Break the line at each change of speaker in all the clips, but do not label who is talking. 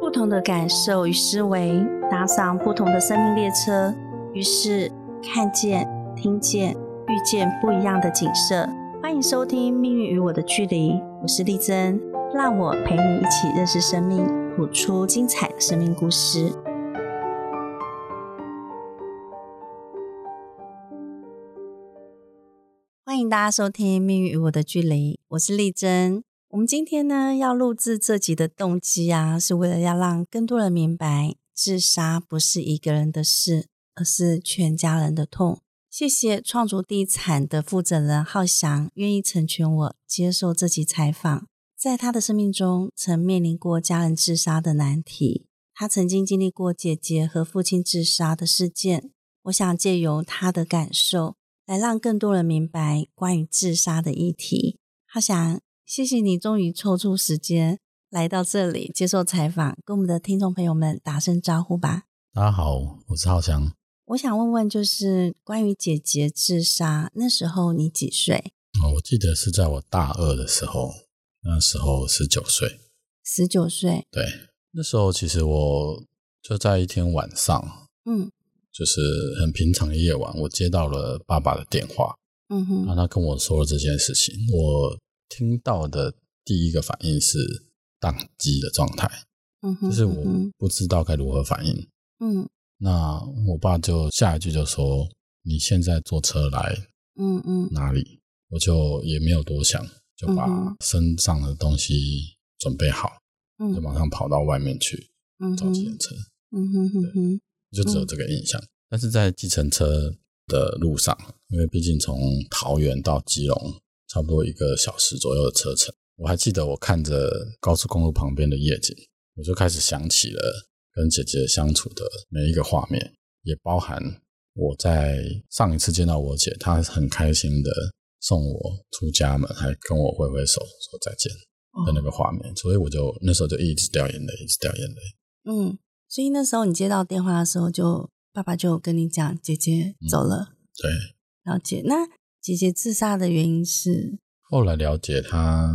不同的感受与思维，搭上不同的生命列车，于是看见、听见、遇见不一样的景色。欢迎收听《命运与我的距离》，我是丽珍，让我陪你一起认识生命，谱出精彩的生命故事。欢迎大家收听《命运与我的距离》，我是丽珍。我们今天呢要录制这集的动机啊，是为了要让更多人明白，自杀不是一个人的事，而是全家人的痛。谢谢创竹地产的负责人浩翔愿意成全我接受这集采访。在他的生命中，曾面临过家人自杀的难题，他曾经经历过姐姐和父亲自杀的事件。我想借由他的感受，来让更多人明白关于自杀的议题。浩翔，谢谢你终于抽出时间来到这里接受采访，跟我们的听众朋友们打声招呼吧。
大家好，我是浩翔。
我想问问，就是关于姐姐自杀那时候你几岁？
哦我记得是在我大二的时候，那时候十九岁。
十九岁，
对，那时候其实我就在一天晚上，
嗯
就是很平常的夜晚，我接到了爸爸的电话，
嗯
那
哼，
他跟我说了这件事情。我听到的第一个反应是宕机的状态，
嗯哼，
就是
嗯
我
哼
不知道该如何反应。
嗯
那我爸就下一句就说：“你现在坐车来
嗯嗯
哪里，我就也没有多想，就把
嗯哼
身上的东西准备好，
嗯，
就马上跑到外面去
嗯
找计程
哼，
车，
嗯哼哼哼，
就只有这个印象。但是在计程车的路上，因为毕竟从桃园到基隆差不多一个小时左右的车程，我还记得我看着高速公路旁边的夜景，我就开始想起了跟姐姐相处的每一个画面，也包含我在上一次见到我姐，她很开心的送我出家门，还跟我挥挥手说再见的那
哦
个画面，所以我就那时候就一直掉眼泪，一直掉眼泪。
嗯，所以那时候你接到电话的时候就，爸爸就跟你讲姐姐
嗯
走了，
对，
了解。那姐姐自杀的原因是，
后来了解他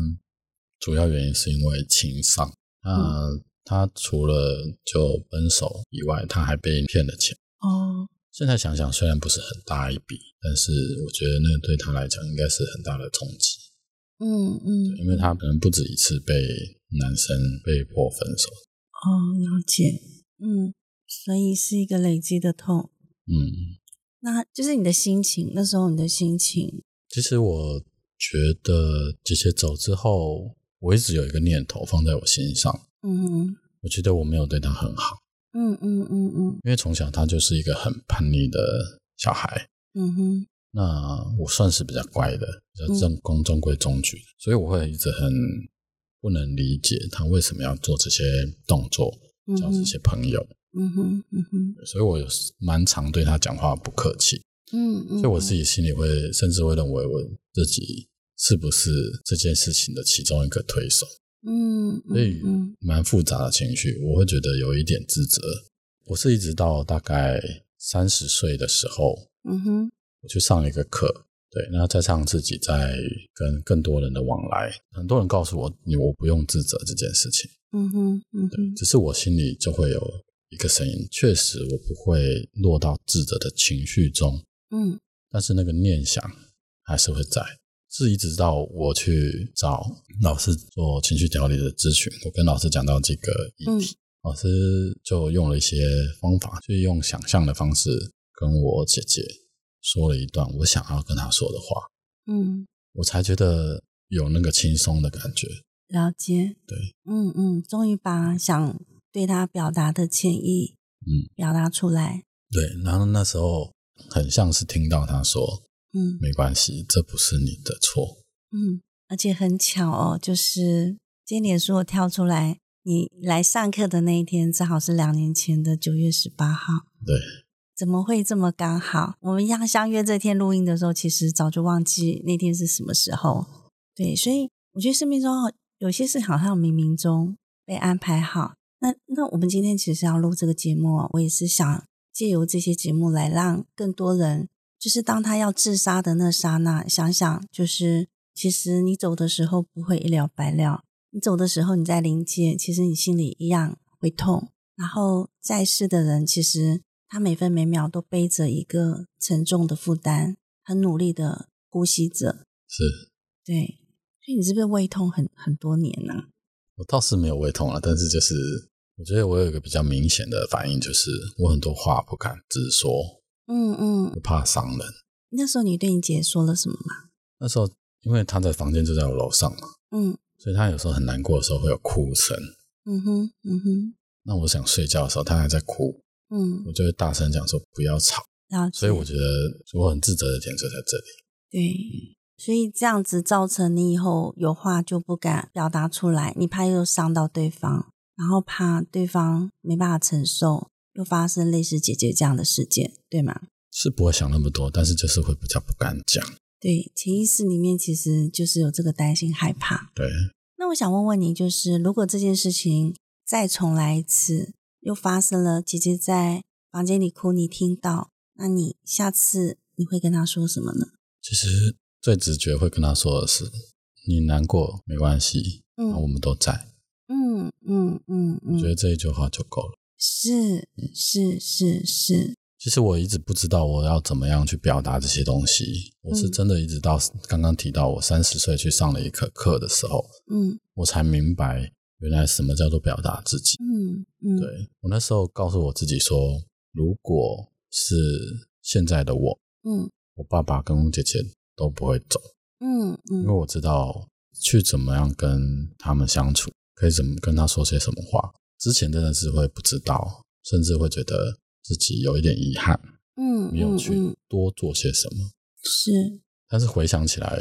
主要原因是因为情商。那他除了就分手以外，他还被骗了钱。
哦，
现在想想，虽然不是很大一笔，但是我觉得那对他来讲应该是很大的冲击，
嗯嗯，
因为他可能不止一次被男生被迫分手。
哦，了解，嗯，所以是一个累积的痛。
嗯，
那就是你的心情，那时候你的心情，
其实我觉得姐姐走之后，我一直有一个念头放在我心上，
嗯哼
我觉得我没有对她很好，
嗯嗯嗯嗯
因为从小她就是一个很叛逆的小孩。
嗯哼，
那我算是比较乖的，比较
嗯
正宫中规中矩，所以我会一直很不能理解他为什么要做这些动作，
嗯
交这
哼，
些朋友，
嗯哼，嗯哼，
所以我有蛮常对他讲话不客气，
嗯嗯，
所以我自己心里会甚至会认为我自己是不是这件事情的其中一个推手，
嗯，嗯，
所以
嗯
蛮复杂的情绪，我会觉得有一点自责。我是一直到大概三十岁的时候，
嗯哼，
我去上了一个课，对，那再上自己在跟更多人的往来，很多人告诉我，你我不用自责这件事情，
嗯哼，嗯哼，
只是我心里就会有一个声音，确实我不会落到自责的情绪中，
嗯
但是那个念想还是会在。是一直到我去找老师做情绪调理的咨询，我跟老师讲到这个议
嗯
题，老师就用了一些方法，就用想象的方式跟我姐姐说了一段我想要跟她说的话，
嗯，
我才觉得有那个轻松的感觉。
了解，
对，
嗯嗯，终于把想对他表达的歉意，
嗯，
表达出来，
对，然后那时候很像是听到她说
嗯
没关系，这不是你的错。
嗯，而且很巧哦，就是今天脸书我跳出来，你来上课的那一天正好是两年前的九月十八号。
对，
怎么会这么刚好？我们要相约这天录音的时候，其实早就忘记那天是什么时候。对，所以我觉得生命中哦有些事好像冥冥中被安排好。那那我们今天其实要录这个节目哦，我也是想借由这些节目来让更多人，就是当他要自杀的那刹那，想想就是其实你走的时候不会一了百了，你走的时候你在临界，其实你心里一样会痛。然后在世的人，其实他每分每秒都背着一个沉重的负担，很努力的呼吸着。
是
对，所以你是不是胃痛很很多年呢、
我倒是没有胃痛了，但是就是我觉得我有一个比较明显的反应，就是我很多话不敢直说，
嗯嗯，
我怕伤人。
那时候你对你姐说了什么吗？
那时候因为他的房间就在我楼上嘛，
嗯
所以他有时候很难过的时候会有哭声。
嗯哼嗯哼
那我想睡觉的时候，他还在哭，
嗯，
我就会大声讲说不要吵。
了解。
所以我觉得我很自责的点就在这里。
对，所以这样子造成你以后有话就不敢表达出来，你怕又伤到对方，然后怕对方没办法承受，又发生类似姐姐这样的事件，对吗？
是不会想那么多，但是就是会比较不敢讲。
对，潜意识里面其实就是有这个担心、害怕。
对，
那我想问问你，就是如果这件事情再重来一次，又发生了，姐姐在房间里哭，你听到，那你下次你会跟她说什么呢？
其实最直觉会跟他说的是：你难过没关系，
嗯
我们都在。
嗯嗯嗯
我
嗯，
觉得嗯这一句话就够了。
是是是是，
其实我一直不知道我要怎么样去表达这些东西。我
嗯
是真的一直到刚刚提到我三十岁去上了一课课的时候，
嗯
我才明白原来什么叫做表达自己。
嗯嗯，
对我那时候告诉我自己说，如果是现在的我，
嗯
我爸爸跟我姐姐都不会走。
嗯
因为
嗯
我知道去怎么样跟他们相处，可以怎么跟他说些什么话。之前真的是会不知道，甚至会觉得自己有一点遗憾，
嗯，
没有
嗯
去
嗯
多做些什么。
是，
但是回想起来，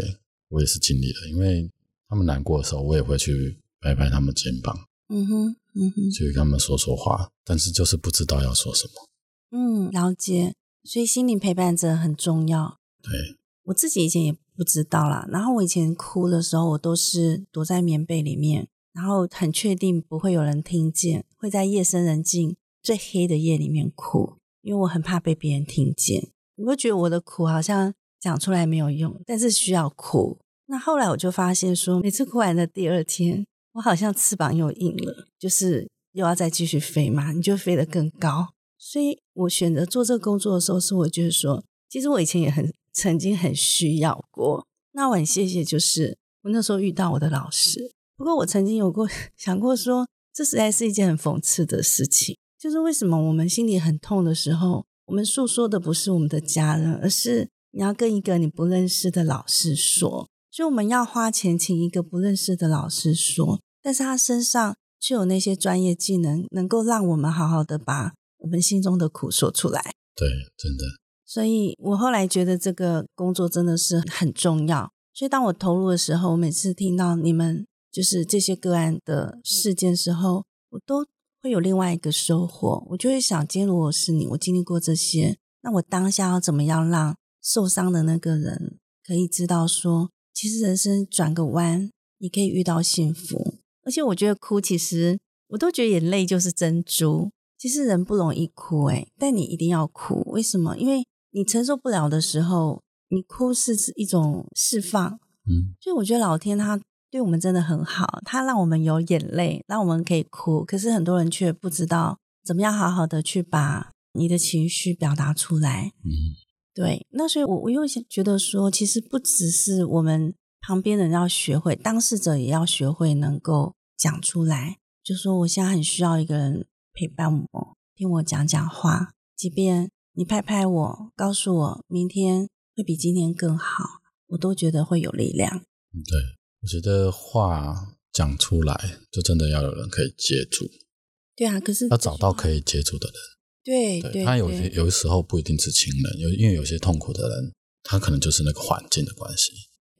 我也是尽力了，因为他们难过的时候，我也会去拍拍他们肩膀，
嗯哼嗯哼，
去跟他们说说话，但是就是不知道要说什么。
嗯，了解。所以心灵陪伴者很重要。
对，
我自己以前也不知道啦。然后我以前哭的时候，我都是躲在棉被里面，然后很确定不会有人听见，会在夜深人静、最黑的夜里面哭，因为我很怕被别人听见。我会觉得我的苦好像讲出来没有用，但是需要哭。那后来我就发现说，每次哭完的第二天，我好像翅膀又硬了，就是又要再继续飞嘛，你就飞得更高。所以我选择做这个工作的时候，是我就是说，其实我以前也很曾经很需要过。那我很谢谢，就是我那时候遇到我的老师。不过我曾经有过 想过说，这实在是一件很讽刺的事情，就是为什么我们心里很痛的时候，我们诉说的不是我们的家人，而是你要跟一个你不认识的老师说。所以我们要花钱请一个不认识的老师说，但是他身上却有那些专业技能，能够让我们好好的把我们心中的苦说出来。
对，真的，
所以我后来觉得这个工作真的是很重要。所以当我投入的时候，我每次听到你们就是这些个案的事件时候，我都会有另外一个收获。我就会想，今天如果是你，我经历过这些，那我当下要怎么样让受伤的那个人可以知道说，其实人生转个弯，你可以遇到幸福。而且我觉得哭，其实我都觉得眼泪就是珍珠。其实人不容易哭、欸，但你一定要哭，为什么？因为你承受不了的时候，你哭是一种释放。
嗯，
所以我觉得老天他对我们真的很好，他让我们有眼泪，让我们可以哭。可是很多人却不知道怎么样好好的去把你的情绪表达出来。
嗯，
对，那所以我我又想觉得说，其实不只是我们旁边人要学会，当事者也要学会能够讲出来，就说我现在很需要一个人陪伴我，听我讲讲话，即便你拍拍我，告诉我明天会比今天更好，我都觉得会有力量。
对，我觉得话讲出来，就真的要有人可以接住，
对啊，可是
要找到可以接住的人。
对对，
对他有
对
些有时候不一定是亲人，有因为有些痛苦的人，他可能就是那个环境的关系。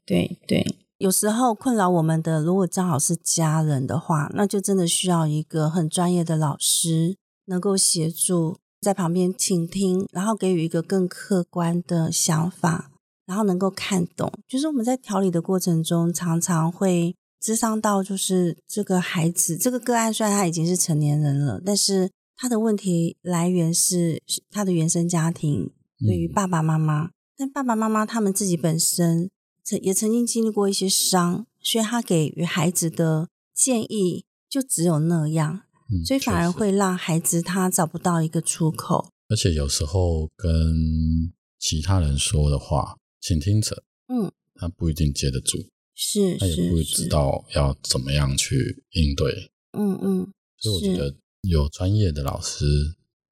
对对，有时候困扰我们的，如果正好是家人的话，那就真的需要一个很专业的老师，能够协助在旁边倾听，然后给予一个更客观的想法，然后能够看懂。就是我们在调理的过程中，常常会智商到，就是这个孩子这个个案，虽然他已经是成年人了，但是他的问题来源是是他的原生家庭对于
嗯
爸爸妈妈，但爸爸妈妈他们自己本身曾也曾经经历过一些伤，所以他给予孩子的建议就只有那样。
嗯
所以反而
确实
会让孩子他找不到一个出口。
而且有时候跟其他人说的话，倾听者
嗯，
他不一定接得住，
是
他也不
是
会知
是，
道要怎么样去应对。
嗯嗯，
所以我觉
是
得有专业的老师，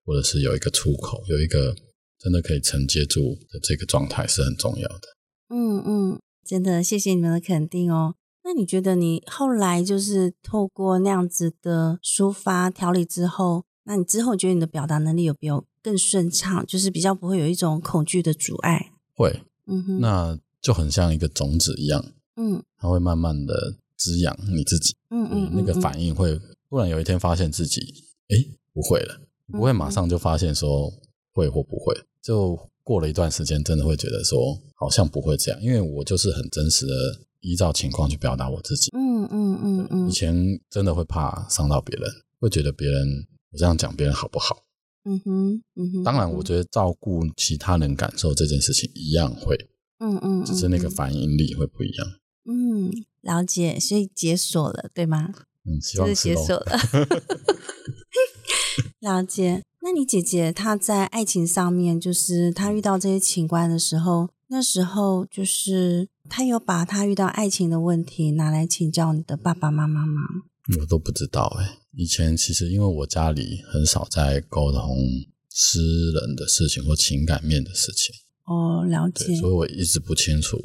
或者是有一个出口，有一个真的可以承接住的这个状态是很重要的。
嗯嗯，真的谢谢你们的肯定哦。那你觉得你后来就是透过那样子的抒发调理之后，那你之后觉得你的表达能力有没有更顺畅？就是比较不会有一种恐惧的阻碍？
会，
嗯哼，
那就很像一个种子一样，
嗯
它会慢慢的滋养你自己，
嗯嗯，
那个
嗯
反应会，突然有一天发现自己，诶，不会了，不会马
嗯
上就发现说会或不会，就过了一段时间，真的会觉得说好像不会这样，因为我就是很真实的依照情况去表达我自己。
嗯嗯嗯嗯
以前真的会怕伤到别人，会觉得别人我这样讲别人好不好？
嗯哼嗯哼，
当然，我觉得照顾其他人感受这件事情一样会，
嗯嗯，
只是那个
嗯
反应力会不一样。
嗯嗯了解，所以解锁了对吗？
嗯，希
就
望
是
是
解
咯
锁了。 了解。那你姐姐她在爱情上面，就是她遇到这些情关的时候，那时候就是她有把她遇到爱情的问题拿来请教你的爸爸妈妈吗？
我都不知道哎、以前其实因为我家里很少在沟通私人的事情或情感面的事情，
哦，了
对，
解
所。以我一直不清楚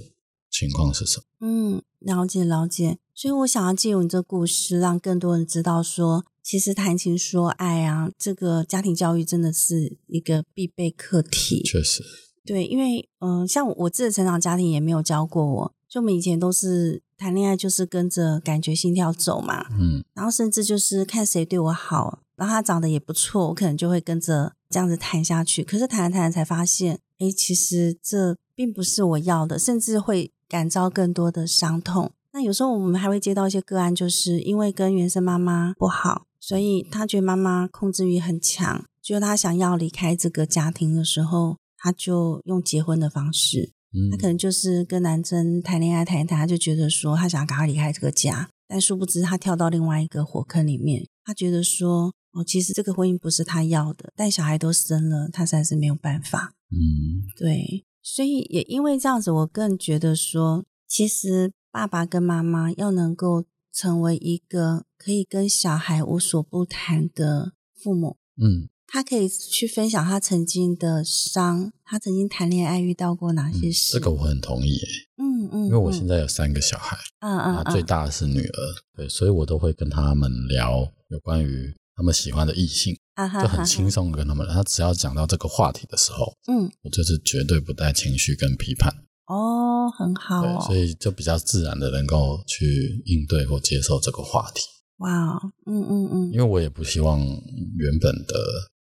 情况是什么。
嗯，了解了解。所以我想要借由你这故事，让更多人知道说，其实谈情说爱啊，这个家庭教育真的是一个必备课题。
确实，
对，因为嗯、呃像我我自己的成长家庭也没有教过我，就我们以前都是谈恋爱就是跟着感觉心跳走嘛，
嗯，
然后甚至就是看谁对我好，然后他长得也不错，我可能就会跟着这样子谈下去。可是谈着谈着才发现，诶，其实这并不是我要的，甚至会感召更多的伤痛。那有时候我们还会接到一些个案，就是因为跟原生妈妈不好，所以他觉得妈妈控制欲很强，就是他想要离开这个家庭的时候，他就用结婚的方式，
嗯
他可能就是跟男生谈恋爱谈一谈，他就觉得说他想要赶快离开这个家，但殊不知他跳到另外一个火坑里面。他觉得说，哦，其实这个婚姻不是他要的，但小孩都生了，他实在是没有办法。
嗯，
对，所以也因为这样子，我更觉得说，其实爸爸跟妈妈要能够成为一个可以跟小孩无所不谈的父母，
嗯，
他可以去分享他曾经的伤，他曾经谈恋爱遇到过哪
嗯
些事。
这个我很同意、欸，
嗯，嗯嗯，
因为我现在有三个小孩，
嗯嗯
啊，
嗯
最大的是女儿，对，所以我都会跟他们聊有关于他们喜欢的异性，
啊哈
就
哈
很轻
哈
松地跟他们聊。他只要讲到这个话题的时候，
嗯，
我就是绝对不带情绪跟批判，
哦，很好
对，所
哦，
以就比较自然的能够去应对或接受这个话题，
哇哦，嗯嗯嗯，
因为我也不希望原本的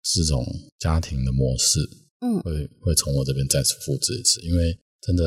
这种家庭的模式
嗯
会会从我这边再次复制一次，因为真的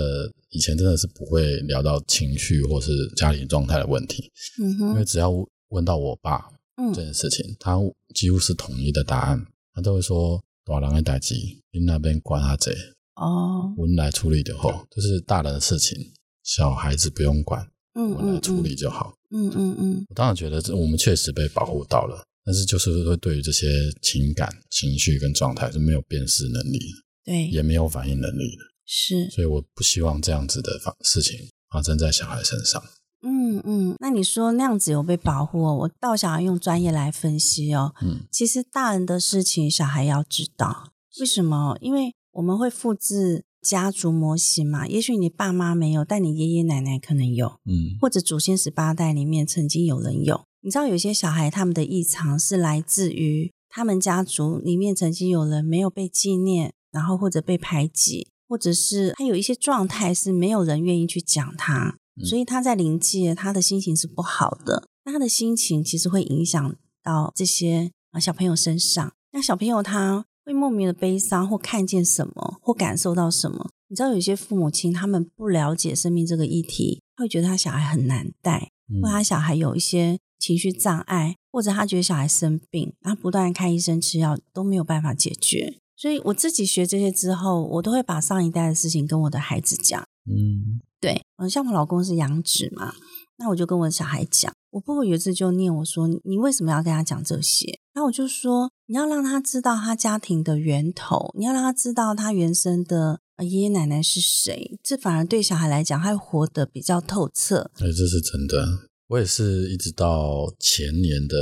以前真的是不会聊到情绪或是家里状态的问题，
嗯
因为
哼，
只要问到我爸
嗯
这件事情，他几乎是统一的答案，他都会说大人的代志，您那边管他这，
哦，
我们来处理就好，就是大人的事情，小孩子不用管，
嗯
我们
嗯
来处
嗯
理就好。
嗯嗯嗯，
我当然觉得这我们确实被保护到了，但是就是会对于这些情感、情绪跟状态是没有辨识能力的，
对，
也没有反应能力的，
是，
所以我不希望这样子的发事情发生在小孩身上。
嗯嗯，那你说那样子有被保护哦？我倒想要用专业来分析哦。
嗯，
其实大人的事情小孩要知道，为什么？因为我们会复制家族模型嘛。也许你爸妈没有，但你爷爷奶奶可能有，
嗯
或者祖先十八代里面曾经有人有。你知道有些小孩他们的异常是来自于他们家族里面曾经有人没有被纪念，然后或者被排挤，或者是他有一些状态是没有人愿意去讲他，
嗯
所以他在临界他的心情是不好的。那他的心情其实会影响到这些啊小朋友身上。那小朋友他会莫名的悲伤，或看见什么，或感受到什么。你知道有些父母亲他们不了解生命这个议题，他会觉得他小孩很难带，
嗯
或者他小孩有一些情绪障碍，或者他觉得小孩生病，然后不断地看医生吃药都没有办法解决。所以我自己学这些之后，我都会把上一代的事情跟我的孩子讲。
嗯
对，嗯，像我老公是养子嘛，那我就跟我小孩讲，我婆婆有一次就念我说：“你为什么要跟他讲这些？”然后我就说：“你要让他知道他家庭的源头，你要让他知道他原生的呃爷爷奶奶是谁。这反而对小孩来讲，他会活得比较透彻。
哎，这是真的。我也是一直到前年的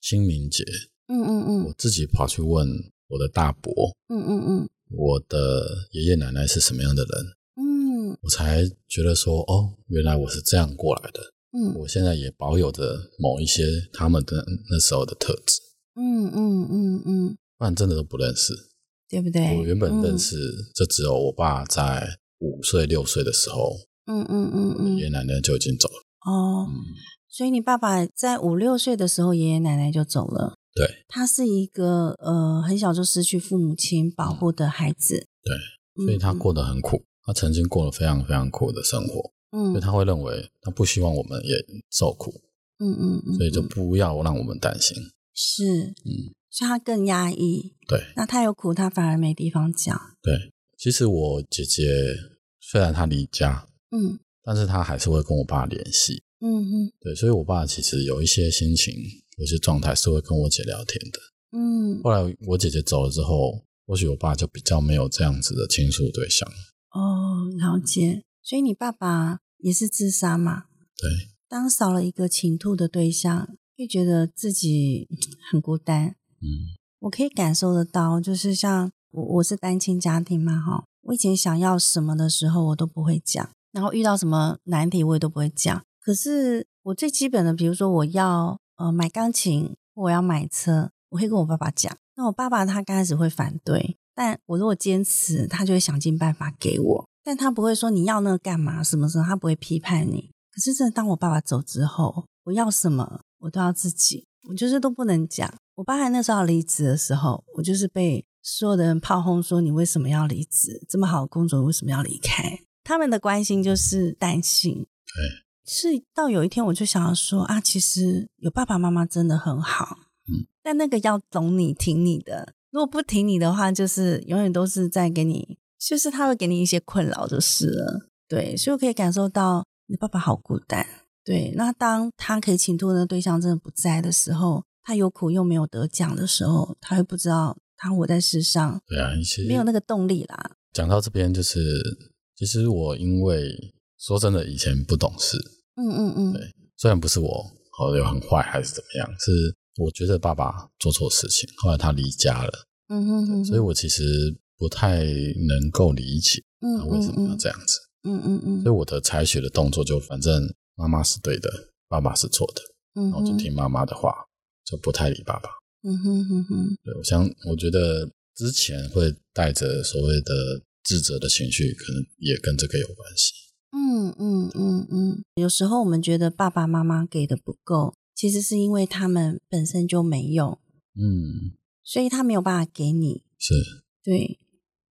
清明节，
嗯嗯
我
嗯
自己跑去问我的大伯，
嗯嗯
我的爷爷奶奶是什么样的人，
嗯嗯
我才觉得说，哦，原来我是这样过来的。
嗯
我现在也保有着某一些他们的嗯那时候的特质，
嗯嗯嗯嗯，
不然真的都不认识。
对不对？
我原本认
嗯
识，就只有我爸在五岁六岁的时候，
嗯嗯嗯
爷爷
嗯，
奶奶就已经走了。嗯
哦，所以你爸爸在五六岁的时候，爷爷奶奶就走了。
对，
他是一个呃很小就失去父母亲保护的孩子。
嗯，所以他过得很苦，他曾经过了非常非常苦的生活，
嗯，
所以
嗯
他会认为他不希望我们也受苦，
嗯嗯嗯，
所以就
嗯
不要让我们担心。
是，
嗯，
所以他更压抑。
对
那他有苦，他反而没地方讲。
对，其实我姐姐虽然她离家，
嗯
但是她还是会跟我爸联系。
嗯
对，所以我爸其实有一些心情、有些状态是会跟我姐聊天的。
嗯嗯，
后来我姐姐走了之后，或许我爸就比较没有这样子的倾诉对象。
哦，了解。所以你爸爸也是自杀嘛？
对，
当少了一个倾吐的对象，会觉得自己嗯很孤单。
嗯
我可以感受得到，就是像我我是单亲家庭嘛，哈，我以前想要什么的时候我都不会讲，然后遇到什么难题我也都不会讲。可是我最基本的，比如说我要呃买钢琴，我要买车，我会跟我爸爸讲。那我爸爸他刚开始会反对，但我如果坚持，他就会想尽办法给我，但他不会说你要那个干嘛什么什么，他不会批判你。可是真的，当我爸爸走之后，我要什么我都要自己，我就是都不能讲。我爸还那时候要离职的时候，我就是被所有的人炮轰说：“你为什么要离职？这么好的工作，你为什么要离开？”他们的关心就是担心。对，是到有一天我就想要说啊，其实有爸爸妈妈真的很好，
嗯，
但那个要懂你、挺你的。如果不挺你的话，就是永远都是在给你，就是他会给你一些困扰就是了。对，所以我可以感受到你爸爸好孤单。对，那当他可以倾吐的对象真的不在的时候，他有苦又没有得奖的时候，他会不知道他活在世上
对啊，其实
没有那个动力啦。
讲到这边，就是其实我因为说真的，以前不懂事，
嗯嗯嗯
对虽然不是我好有很坏还是怎么样，是我觉得爸爸做错事情，后来他离家了，
嗯哼哼，
所以我其实不太能够理解
嗯
他为什么要这样子，
嗯嗯嗯，
所以我的采取的动作就反正妈妈是对的，爸爸是错的，
嗯
然后就
哼
听妈妈的话，就不太理爸爸。
嗯哼哼哼，
对我想，我觉得之前会带着所谓的自责的情绪，可能也跟这个有关系。
嗯嗯嗯嗯，有时候我们觉得爸爸妈妈给的不够，其实是因为他们本身就没有，
嗯，
所以他没有办法给你。
是
对，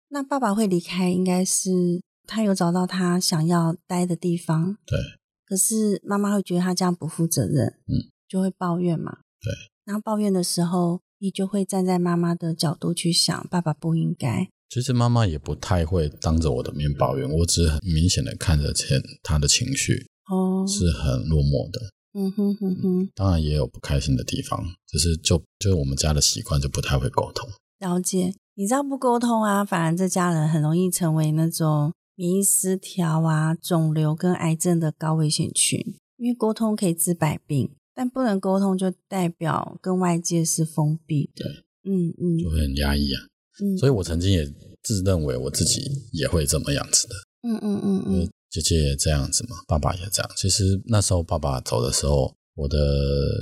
那爸爸会离开，应该是他有找到他想要待的地方。
对。
可是妈妈会觉得他这样不负责任，
嗯，
就会抱怨嘛。
对。
然后抱怨的时候，你就会站在妈妈的角度去想，爸爸不应该。
其实妈妈也不太会当着我的面抱怨，我只是很明显的看得见她的情绪
哦，
是很落寞的，
嗯哼哼哼，
当然也有不开心的地方，只是就就是我们家的习惯就不太会沟通。
了解。你知道不沟通啊，反而这家人很容易成为那种免疫失调啊、肿瘤跟癌症的高危险群，因为沟通可以治百病，但不能沟通就代表跟外界是封闭的。嗯嗯
就会很压抑啊。
嗯，
所
以
以我曾经也自认为我自己也会这么样子的，
嗯嗯嗯
因为
嗯
姐姐也这样子嘛，爸爸也这样。其实那时候爸爸走的时候，我的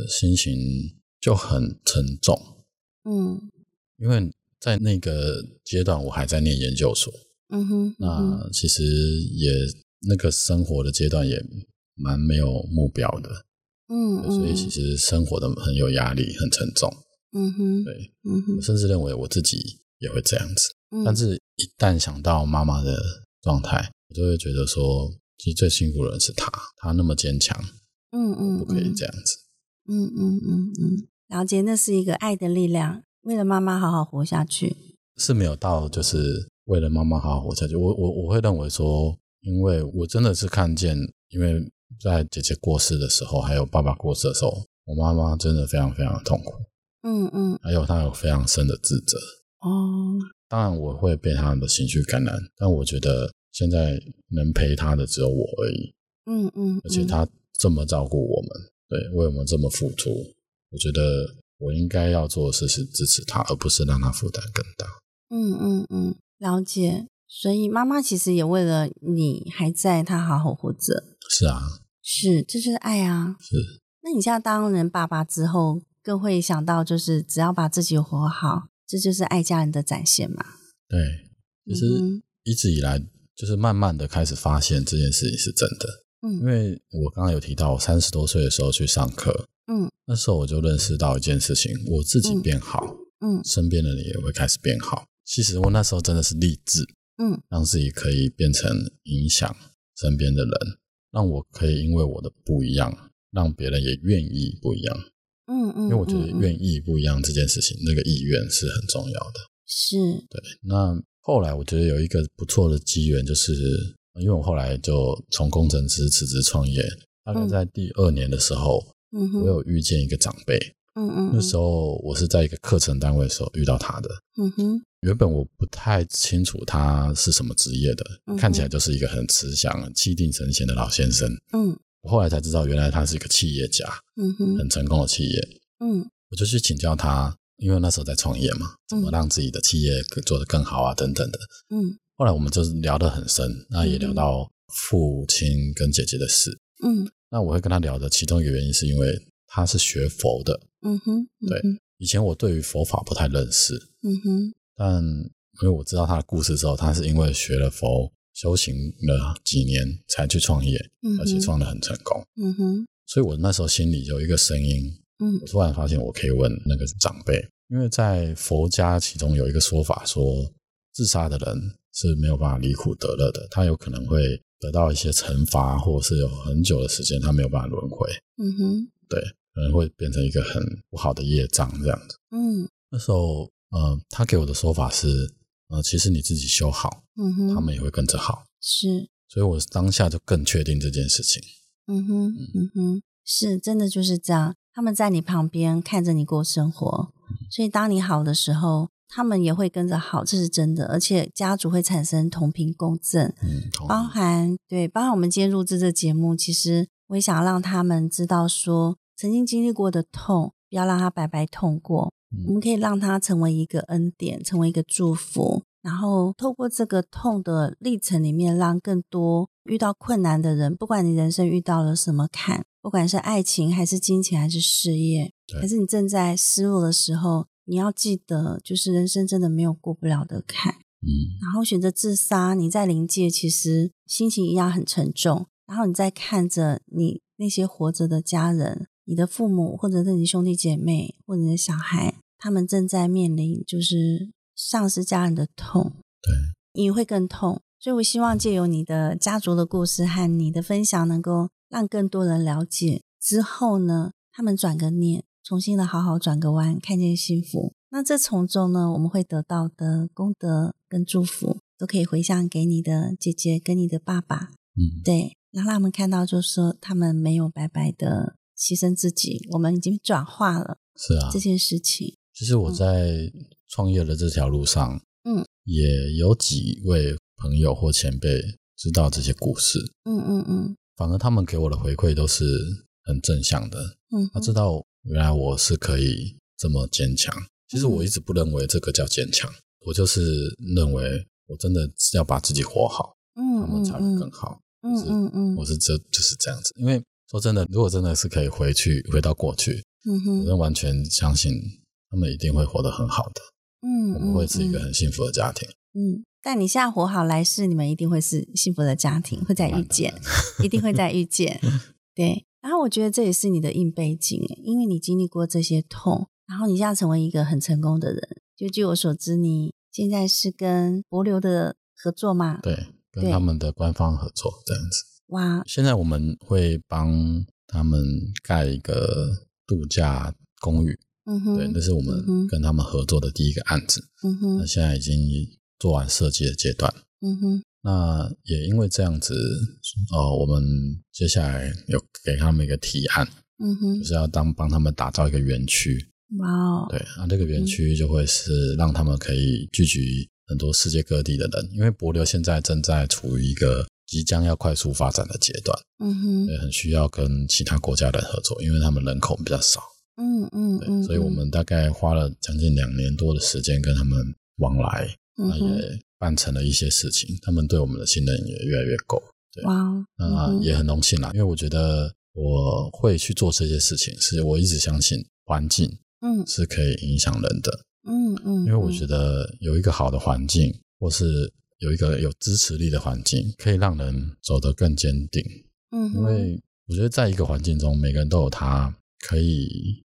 心情就很沉重，
嗯
因为在那个阶段我还在念研究所，
嗯哼，嗯
那其实也那个生活的阶段也蛮没有目标的，
嗯，
所以其
实
实生活的很有压力，很沉重。
嗯哼，
对，
嗯哼
我，甚至认为我自己也会这样子。
嗯
但是，一旦想到妈妈的状态，我就会觉得说，其实最辛苦的人是她，她那么坚强，
嗯嗯
不可以
嗯
这样子。
嗯嗯嗯嗯，了解，那是一个爱的力量，为了妈妈好好活下去。
是没有到就是为了妈妈好好活下去。我我我会认为说，因为我真的是看见，因为在姐姐过世的时候，还有爸爸过世的时候，我妈妈真的非常非常的痛苦，
嗯嗯，
还有她有非常深的自责。
哦，
当然，我会被她的情绪感染，但我觉得现在能陪她的只有我而已。
嗯嗯，
而且
嗯
他这么照顾我们，对，为我们这么付出，我觉得我应该要做的事是支持他，而不是让他负担更大。
嗯嗯嗯，了解。所以妈妈其实也为了你还在，她好好活着，
是啊，
是，这就是爱啊。
是
那你现在当人爸爸之后，更会想到就是只要把自己活好，这就是爱家人的展现嘛。
对。其实
嗯
一直以来，就是慢慢的开始发现这件事情是真的，
嗯
因为我刚刚有提到，我三十多岁的时候去上课，
嗯
那时候我就认识到一件事情，我自己变好，
嗯
身边的人也会开始变好。其实我那时候真的是励志，
嗯，
让自己可以变成影响身边的人，让我可以因为我的不一样，让别人也愿意不一样。
嗯嗯，
因为我觉得
嗯嗯
愿意不一样这件事情，那个意愿是很重要的。
是
对，那后来我觉得有一个不错的机缘，就是因为我后来就从工程师辞职创业，大概
嗯
在第二年的时候，
嗯哼
我有遇见一个长辈，
嗯嗯
那时候我是在一个课程单位的时候遇到他的。
嗯哼
原本我不太清楚他是什么职业的，
嗯哼
看起来就是一个很慈祥、气定神闲的老先生。
嗯
我后来才知道，原来他是一个企业家，
嗯哼
很成功的企业。
嗯
我就去请教他，因为那时候在创业嘛，怎么让自己的企业做得更好啊，等等的。
嗯
后来我们就是聊得很深，那也聊到父亲跟姐姐的事。
嗯
那我会跟他聊的其中一个原因，是因为他是学佛的。
嗯哼，
对以前我对于佛法不太认识，
嗯哼
但因为我知道他的故事之后，他是因为学了佛，修行了几年才去创业，
嗯哼，
而且创得很成功。
嗯哼
所以我那时候心里有一个声音，
嗯
我突然发现我可以问那个长辈，因为在佛家其中有一个说法说，自杀的人是没有办法离苦得乐的，他有可能会得到一些惩罚，或者是有很久的时间他没有办法轮回，
嗯哼
可能会变成一个很不好的业障这样子。
嗯
那时候，呃，他给我的说法是，呃，其实你自己修好，
嗯哼，
他们也会跟着好。
是
所以我当下就更确定这件事情。
嗯哼，嗯哼，是真的就是这样。他们在你旁边看着你过生活，所以当你好的时候，他们也会跟着好，这是真的。而且家族会产生同频共振，
嗯，同意
包含对，包含我们今天录制这节目，其实我也想让他们知道说，曾经经历过的痛，不要让他白白痛过。
嗯
我们可以让它成为一个恩典，成为一个祝福，然后透过这个痛的历程里面，让更多遇到困难的人，不管你人生遇到了什么坎，不管是爱情还是金钱还是事业，
对
还是你正在失落的时候，你要记得，就是人生真的没有过不了的坎。
嗯，
然后选择自杀，你在临界其实心情一样很沉重，然后你再看着你那些活着的家人，你的父母或者是你兄弟姐妹或者你的小孩，他们正在面临就是丧失家人的痛，
对，
你会更痛。所以我希望借由你的家族的故事和你的分享，能够让更多人了解之后呢，他们转个念，重新的好好转个弯，看见幸福。那这从中呢，我们会得到的功德跟祝福，都可以回向给你的姐姐跟你的爸爸。
嗯，
对，然后让我们看到，就是说他们没有白白的牺牲自己，我们已经转化了
是啊
这。件事情。
其实我在创业的这条路上，
嗯，
也有几位朋友或前辈知道这些故事，
嗯嗯嗯
反而他们给我的回馈都是很正向的。
嗯
他
哼，
知道原来我是可以这么坚强。其实
嗯
我一直不认为这个叫坚强，我就是认为我真的是要把自己活好，
嗯
他们才会
嗯
更好。
嗯
是
嗯嗯
我是这就是这样子，因为说真的，如果真的是可以回去回到过去，
嗯
我
哼
真的完全相信他们一定会活得很好的，
嗯，
我们会是一个
嗯
很幸福的家庭。
嗯，但你现在活好来世，你们一定会是幸福的家庭，会再遇见， 一定会再遇 见。对，然后我觉得这也是你的硬背景，欸因为你经历过这些痛，然后你现在成为一个很成功的人。就据我所知，你现在是跟博流的合作嘛？
对，跟
对
他们的官方合作这样子。
哇，
现在我们会帮他们盖一个度假公寓，
嗯哼，
对，那是我
嗯哼
们跟他们合作的第一个案子。
嗯
那
哼，
现在已经做完设计的阶段，
嗯哼，
那也因为这样子，呃，我们接下来有给他们一个提案，
嗯哼
就，是要当帮他们打造一个园区。
哇哦，
对，那这个园区就会是让他们可以聚集很多世界各地的人，因为帛琉现在正在处于一个即将要快速发展的阶段，
嗯哼，
也很需要跟其他国家人合作，因为他们人口比较少。
嗯嗯
对，
嗯，
所以我们大概花了将近两年多的时间跟他们往来，
嗯
那
哼
也办成了一些事情，他们对我们的信任也越来越够。对
哇哦，
那
嗯哼
也很荣幸啦，因为我觉得我会去做这些事情，是我一直相信环境
嗯
是可以影响人的，
嗯嗯，
因为我
得
觉得有一个好的环境，或是有一个有支持力的环境，可以让人走得更坚定。
嗯哼，
因为我觉得在一个环境中，每个人都有他可以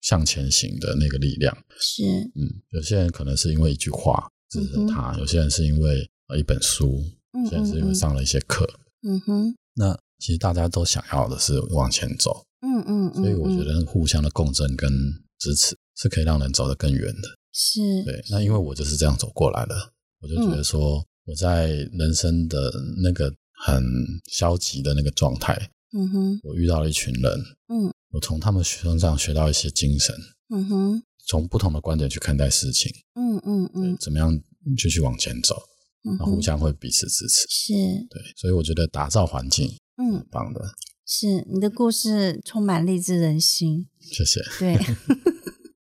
向前行的那个力量。
是
嗯，有些人可能是因为一句话支持
嗯哼
他，有些人是因为呃一本书，
嗯
有些人是因为上了一些课。
嗯哼，
那其实大家都想要的是往前走，
嗯嗯嗯，
所以我觉
嗯
得互相的共振跟支持是可以让人走得更远的。
是，
对，那因为我就是这样走过来的，我就觉
嗯
得说我在人生的那个很消极的那个状态，
嗯哼，
我遇到了一群人，
嗯，
我从他们身上学到一些精神，
嗯哼，
从不同的观点去看待事情，
嗯嗯嗯，
怎么样继续往前走，
嗯
那互
哼
相会彼此支持。
是，
对，所以我觉得打造环境
嗯
棒的，
是，你的故事充满励志人心，
谢谢。
对，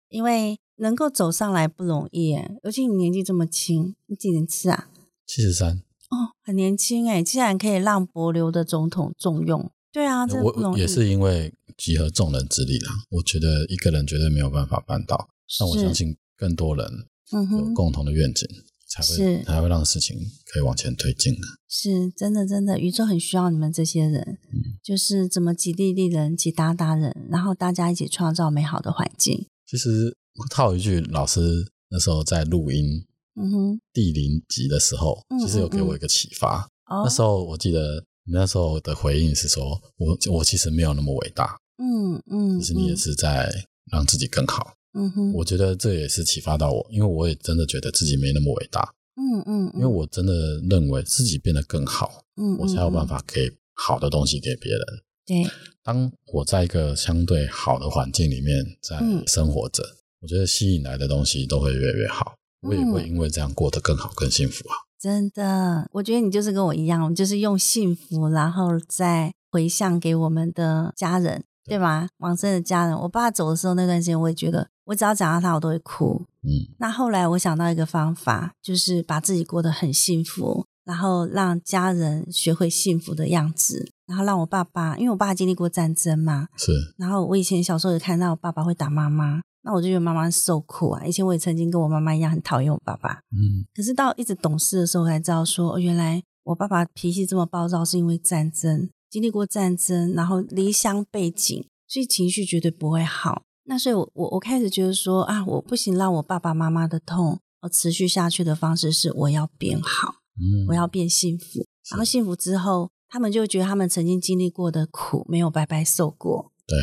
因为能够走上来不容易耶，尤其你年纪这么轻，你几年次啊？
七十三，
哦，很年轻哎，竟然可以让博流的总统重用，对啊，这不容
哎我
易，
也是因为集合众人之力啦，我觉得一个人绝对没有办法办到，但我
是
相信更多人
嗯
有
哼，
共同的愿景，才
是
会才会让事情可以往前推进啊。
是真的，真的，宇宙很需要你们这些人，
嗯
就是怎么激励力人、激达达人，然后大家一起创造美好的环境。
其实套一句老师那时候在录音
嗯哼，
第零集的时候
嗯，
其实有给我一个启发。
哦，
那时候我记得你那时候的回应是说，我我其实没有那么伟大，
嗯嗯，
只是你也是在让自己更好。
嗯，嗯哼，
我觉得这也是启发到我，因为我也真的觉得自己没那么伟大，
嗯嗯，
因为我真的认为自己变得更好，
嗯，
我才有办
法。嗯
法给好的东西给别人。
对，
当我在一个相对好的环境里面在
嗯
生活着，我觉得吸引来的东西都会越来越好，我也
嗯
会因为这样过得更好、更幸福啊。
真的，我觉得你就是跟我一样，就是用幸福，然后再回向给我们的家人，对吧？往生的家人，我爸走的时候那段时间，我也觉得，我只要讲到他，我都会哭。
嗯，
那后来我想到一个方法，就是把自己过得很幸福，然后让家人学会幸福的样子，然后让我爸爸，因为我爸经历过战争嘛，
是，
然后我以前小时候也看到我爸爸会打妈妈，那我就觉得妈妈受苦啊。以前我也曾经跟我妈妈一样很讨厌我爸爸，
嗯，
可是到一直懂事的时候，我才知道说，哦，原来我爸爸脾气这么暴躁是因为战争，经历过战争，然后离乡背景，所以情绪绝对不会好。那所以我，我我开始觉得说啊，我不行，让我爸爸妈妈的痛，我持续下去的方式是我要变好，
嗯，
我要变幸福。然后幸福之后，他们就觉得他们曾经经历过的苦没有白白受过，
对，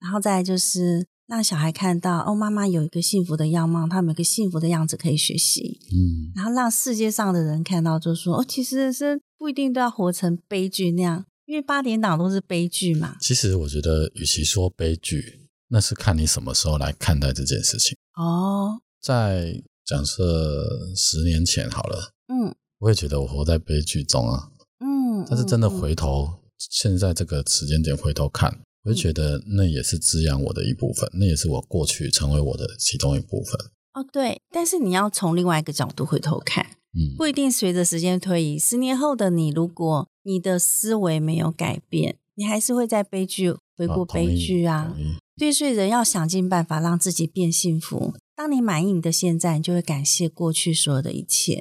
然后再来就是让小孩看到哦，妈妈有一个幸福的样貌，他们有一个幸福的样子可以学习，
嗯，
然后让世界上的人看到，就说哦，其实人生不一定都要活成悲剧那样，因为八点档都是悲剧嘛。
其实我觉得，与其说悲剧，那是看你什么时候来看待这件事情。
哦，
在假设十年前好了，
嗯
我也觉得我活在悲剧中啊，
嗯，
但是真的
嗯
回头，现在这个时间点回头看，我就
嗯
觉得那也是滋养我的一部分，那也是我过去成为我的其中一部分。
哦对，但是你要从另外一个角度回头看，
嗯，
不一定随着时间推移，十年后的你，如果你的思维没有改变，你还是会在悲剧回
啊
顾悲剧啊。
同意
对，所以人要想尽办法让自己变幸福。当你满意你的现在，你就会感谢过去所有的一切。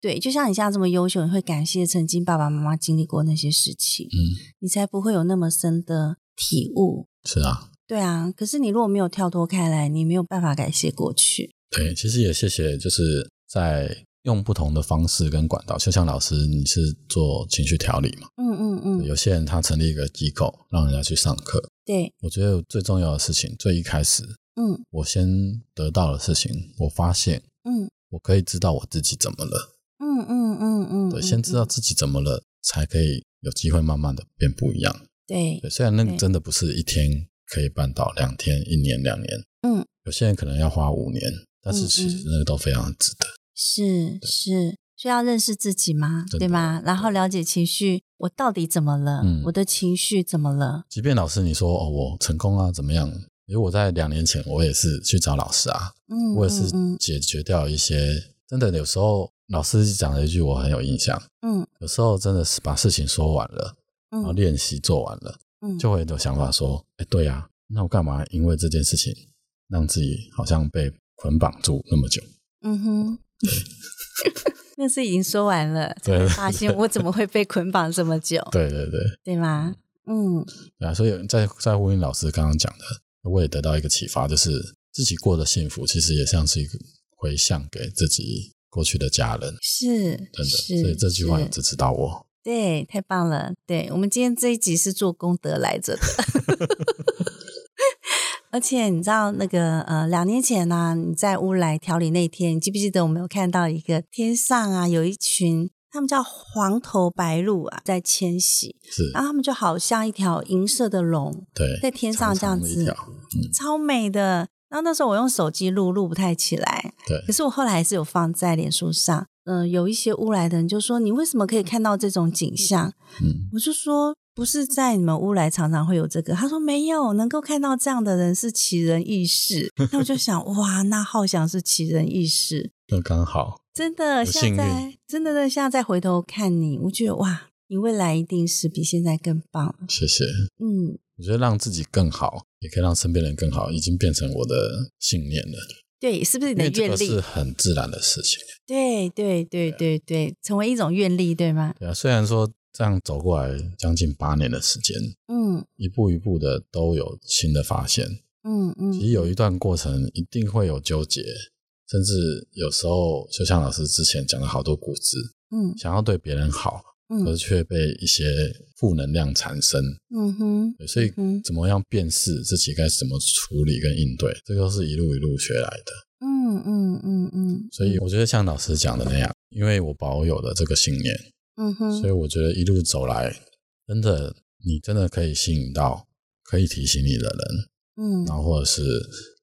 对，就像你现在这么优秀，你会感谢曾经爸爸妈妈经历过那些事情，
同意
你才不会有那么深的体悟。
嗯，是啊，
对啊，可是你如果没有跳脱开来，你没有办法感谢过去。
对，其实也谢谢，就是在用不同的方式跟管道，就像老师你是做情绪调理嘛，
嗯嗯嗯，
有些人他成立一个机构，让人家去上课。
对，
我觉得最重要的事情，最一开始
嗯
我先得到的事情，我发现
嗯
我可以知道我自己怎么了。
嗯嗯嗯嗯嗯，
对，
嗯
先知道自己怎么了，才可以有机会慢慢的变不一样。
对
对，，虽然那个
对
真的不是一天可以办到，两天、一年、两年，
嗯，
有些人可能要花五年，但是其
嗯
实
嗯
那个都非常值得。
是是，需要认识自己嘛，
真的
对吗？然后了解情绪，我到底怎么了？
嗯
我的情绪怎么了？
即便老师你说哦，我成功啊，怎么样？因为我在两年前我也是去找老师啊，
嗯，
我也是
嗯
解决掉一些真的有时候老师讲了一句我很有印象，
嗯
有时候真的是把事情说完了，然后
嗯
练习做完了，
嗯，
就会有想法说，哎，对啊，那我干嘛因为这件事情让自己好像被捆绑住那么久？
嗯哼， 那是已经说完了，
对对
发现我怎么会被捆绑这么久，
对对对
对吗？嗯
对啊！所以在在呼应老师刚刚讲的，我也得到一个启发，就是自己过得幸福，其实也像是一个回向给自己过去的家人，
是，
真的。
是
所以这句话
是
也支持到我。
对，太棒了！对我们今天这一集是做功德来 着的，而且你知道那个呃，两年前呢、你在乌来调理那天，你记不记得我们有看到一个天上啊，有一群他们叫黄头白鹭啊，在迁徙，
是
然后他们就好像一条银色的龙
对，
在天上这样
长长的一
子，
条，嗯，
超美的。然后那时候我用手机录，录不太起来，
对
可，是我后来还是有放在脸书上。嗯、有一些乌来的人就说：“你为什么可以看到这种景象？”
嗯，
我就说不是在你们乌来常常会有这个，他说没有，能够看到这样的人是奇人异事。那我就想，哇，那好像是奇人异事，
那刚好，
真的。
有
现
幸
在真的现在再回头看你，我觉得哇，你未来一定是比现在更棒。
谢谢。
嗯，
我觉得让自己更好，也可以让身边人更好，已经变成我的信念了。
对，是不是你的
因为这
愿
个是啊
力？
很自然的事情，
对对对对对，成为一种愿力，对吗？
对啊。虽然说这样走过来将近八年的时间，
嗯
一步一步的都有新的发现。
嗯嗯，
其实有一段过程一定会有纠结，甚至有时候就像老师之前讲的好多故事，
嗯
想要对别人好，可
嗯
是却被一些负能量缠身。
嗯哼，
对所以
嗯
怎么样辨识自己该怎么处理跟应对，这都是一路一路学来的。
嗯嗯嗯嗯，
所以我觉得像老师讲的那样，因为我保有了这个信念，
嗯哼
所以我觉得一路走来，真的你真的可以吸引到可以提醒你的人，
嗯
然后或者是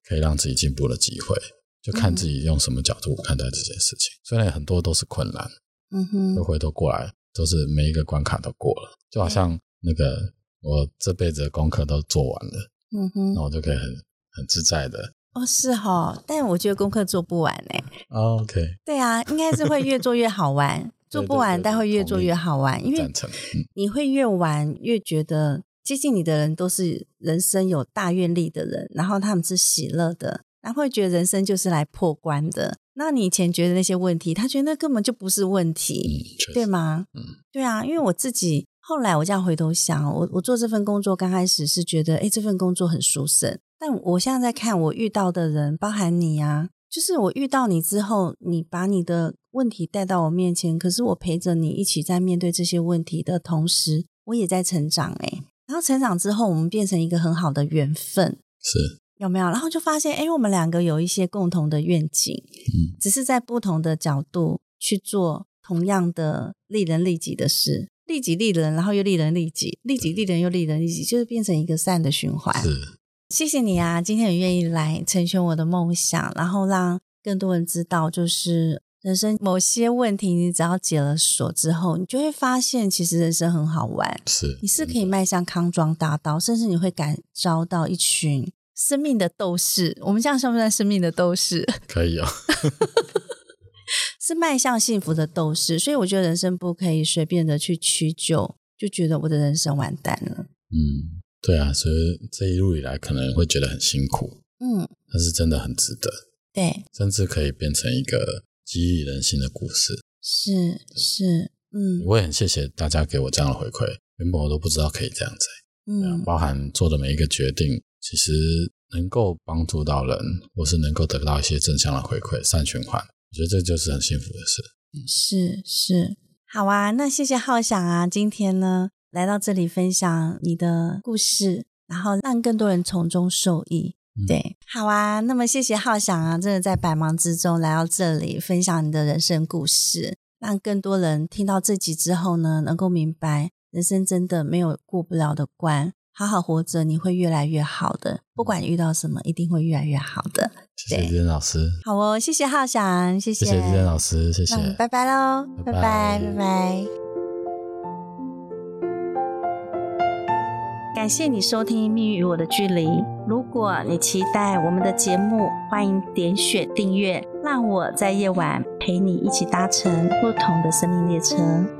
可以让自己进步的机会，就看自己用什么角度看待这件事情。虽然很多都是困难，
嗯哼
都，回头过来，都是每一个关卡都过了，就好像那个我这辈子的功课都做完了，
嗯哼
那。我就可以很很自在的。
哦，是哈、但我觉得功课做不完哎、
啊 OK，
对啊，应该是会越做越好玩，做不完，
对对对
但会越做越好玩，因为
赞成，嗯，
你会越玩越觉得接近你的人都是人生有大愿力的人，然后他们是喜乐的，然后会觉得人生就是来破关的。那你以前觉得那些问题，他觉得那根本就不是问
嗯
题，，
确
对
实，
吗？
嗯，
对啊，因为我自己后来我这样回头想，我我做这份工作刚开始是觉得，哎，这份工作很殊胜。但我现在在看我遇到的人，包含你啊，就是我遇到你之后，你把你的问题带到我面前，可是我陪着你一起在面对这些问题的同时，我也在成长哎、诶然后成长之后，我们变成一个很好的缘分，
是，
有没有？然后就发现，哎，我们两个有一些共同的愿景，
嗯，
只是在不同的角度去做同样的利人利己的事，利己利人，然后又利人利己，利己利人又利人利己，就是变成一个善的循环。
是，
谢谢你啊，今天很愿意来成全我的梦想，然后让更多人知道，就是人生某些问题，你只要解了锁之后，你就会发现，其实人生很好玩。
是，嗯
你是可以迈向康庄大道，甚至你会感召到一群生命的斗士。我们这样算不算生命的斗士？
可以哦，
是迈向幸福的斗士，所以我觉得人生不可以随便的去屈就，就觉得我的人生完蛋了。
嗯，对啊，所以这一路以来可能会觉得很辛苦，
嗯，
但是真的很值得，
对，
甚至可以变成一个激励人心的故事。
是是，嗯
我也很谢谢大家给我这样的回馈，原本我都不知道可以这样子、对啊
嗯
包含做的每一个决定，其实能够帮助到人，或是能够得到一些正向的回馈，善循环，我觉得这就是很幸福的事。
是是，好啊，那谢谢浩翔啊，今天呢来到这里分享你的故事，然后让更多人从中受益。
嗯
对，好啊，那么谢谢浩翔啊，真的在百忙之中来到这里分享你的人生故事。让更多人听到这集之后呢，能够明白人生真的没有过不了的关，好好活着，你会越来越好的。不管遇到什么，一定会越来越好的。
谢谢任老师，
好哦，谢谢浩翔，谢
谢谢任老师，谢谢，
那我们拜拜喽，拜
拜
拜
拜
拜拜。感谢你收听《命运与我的距离》。如果你期待我们的节目，欢迎点选订阅，让我在夜晚陪你一起搭乘不同的生命列车。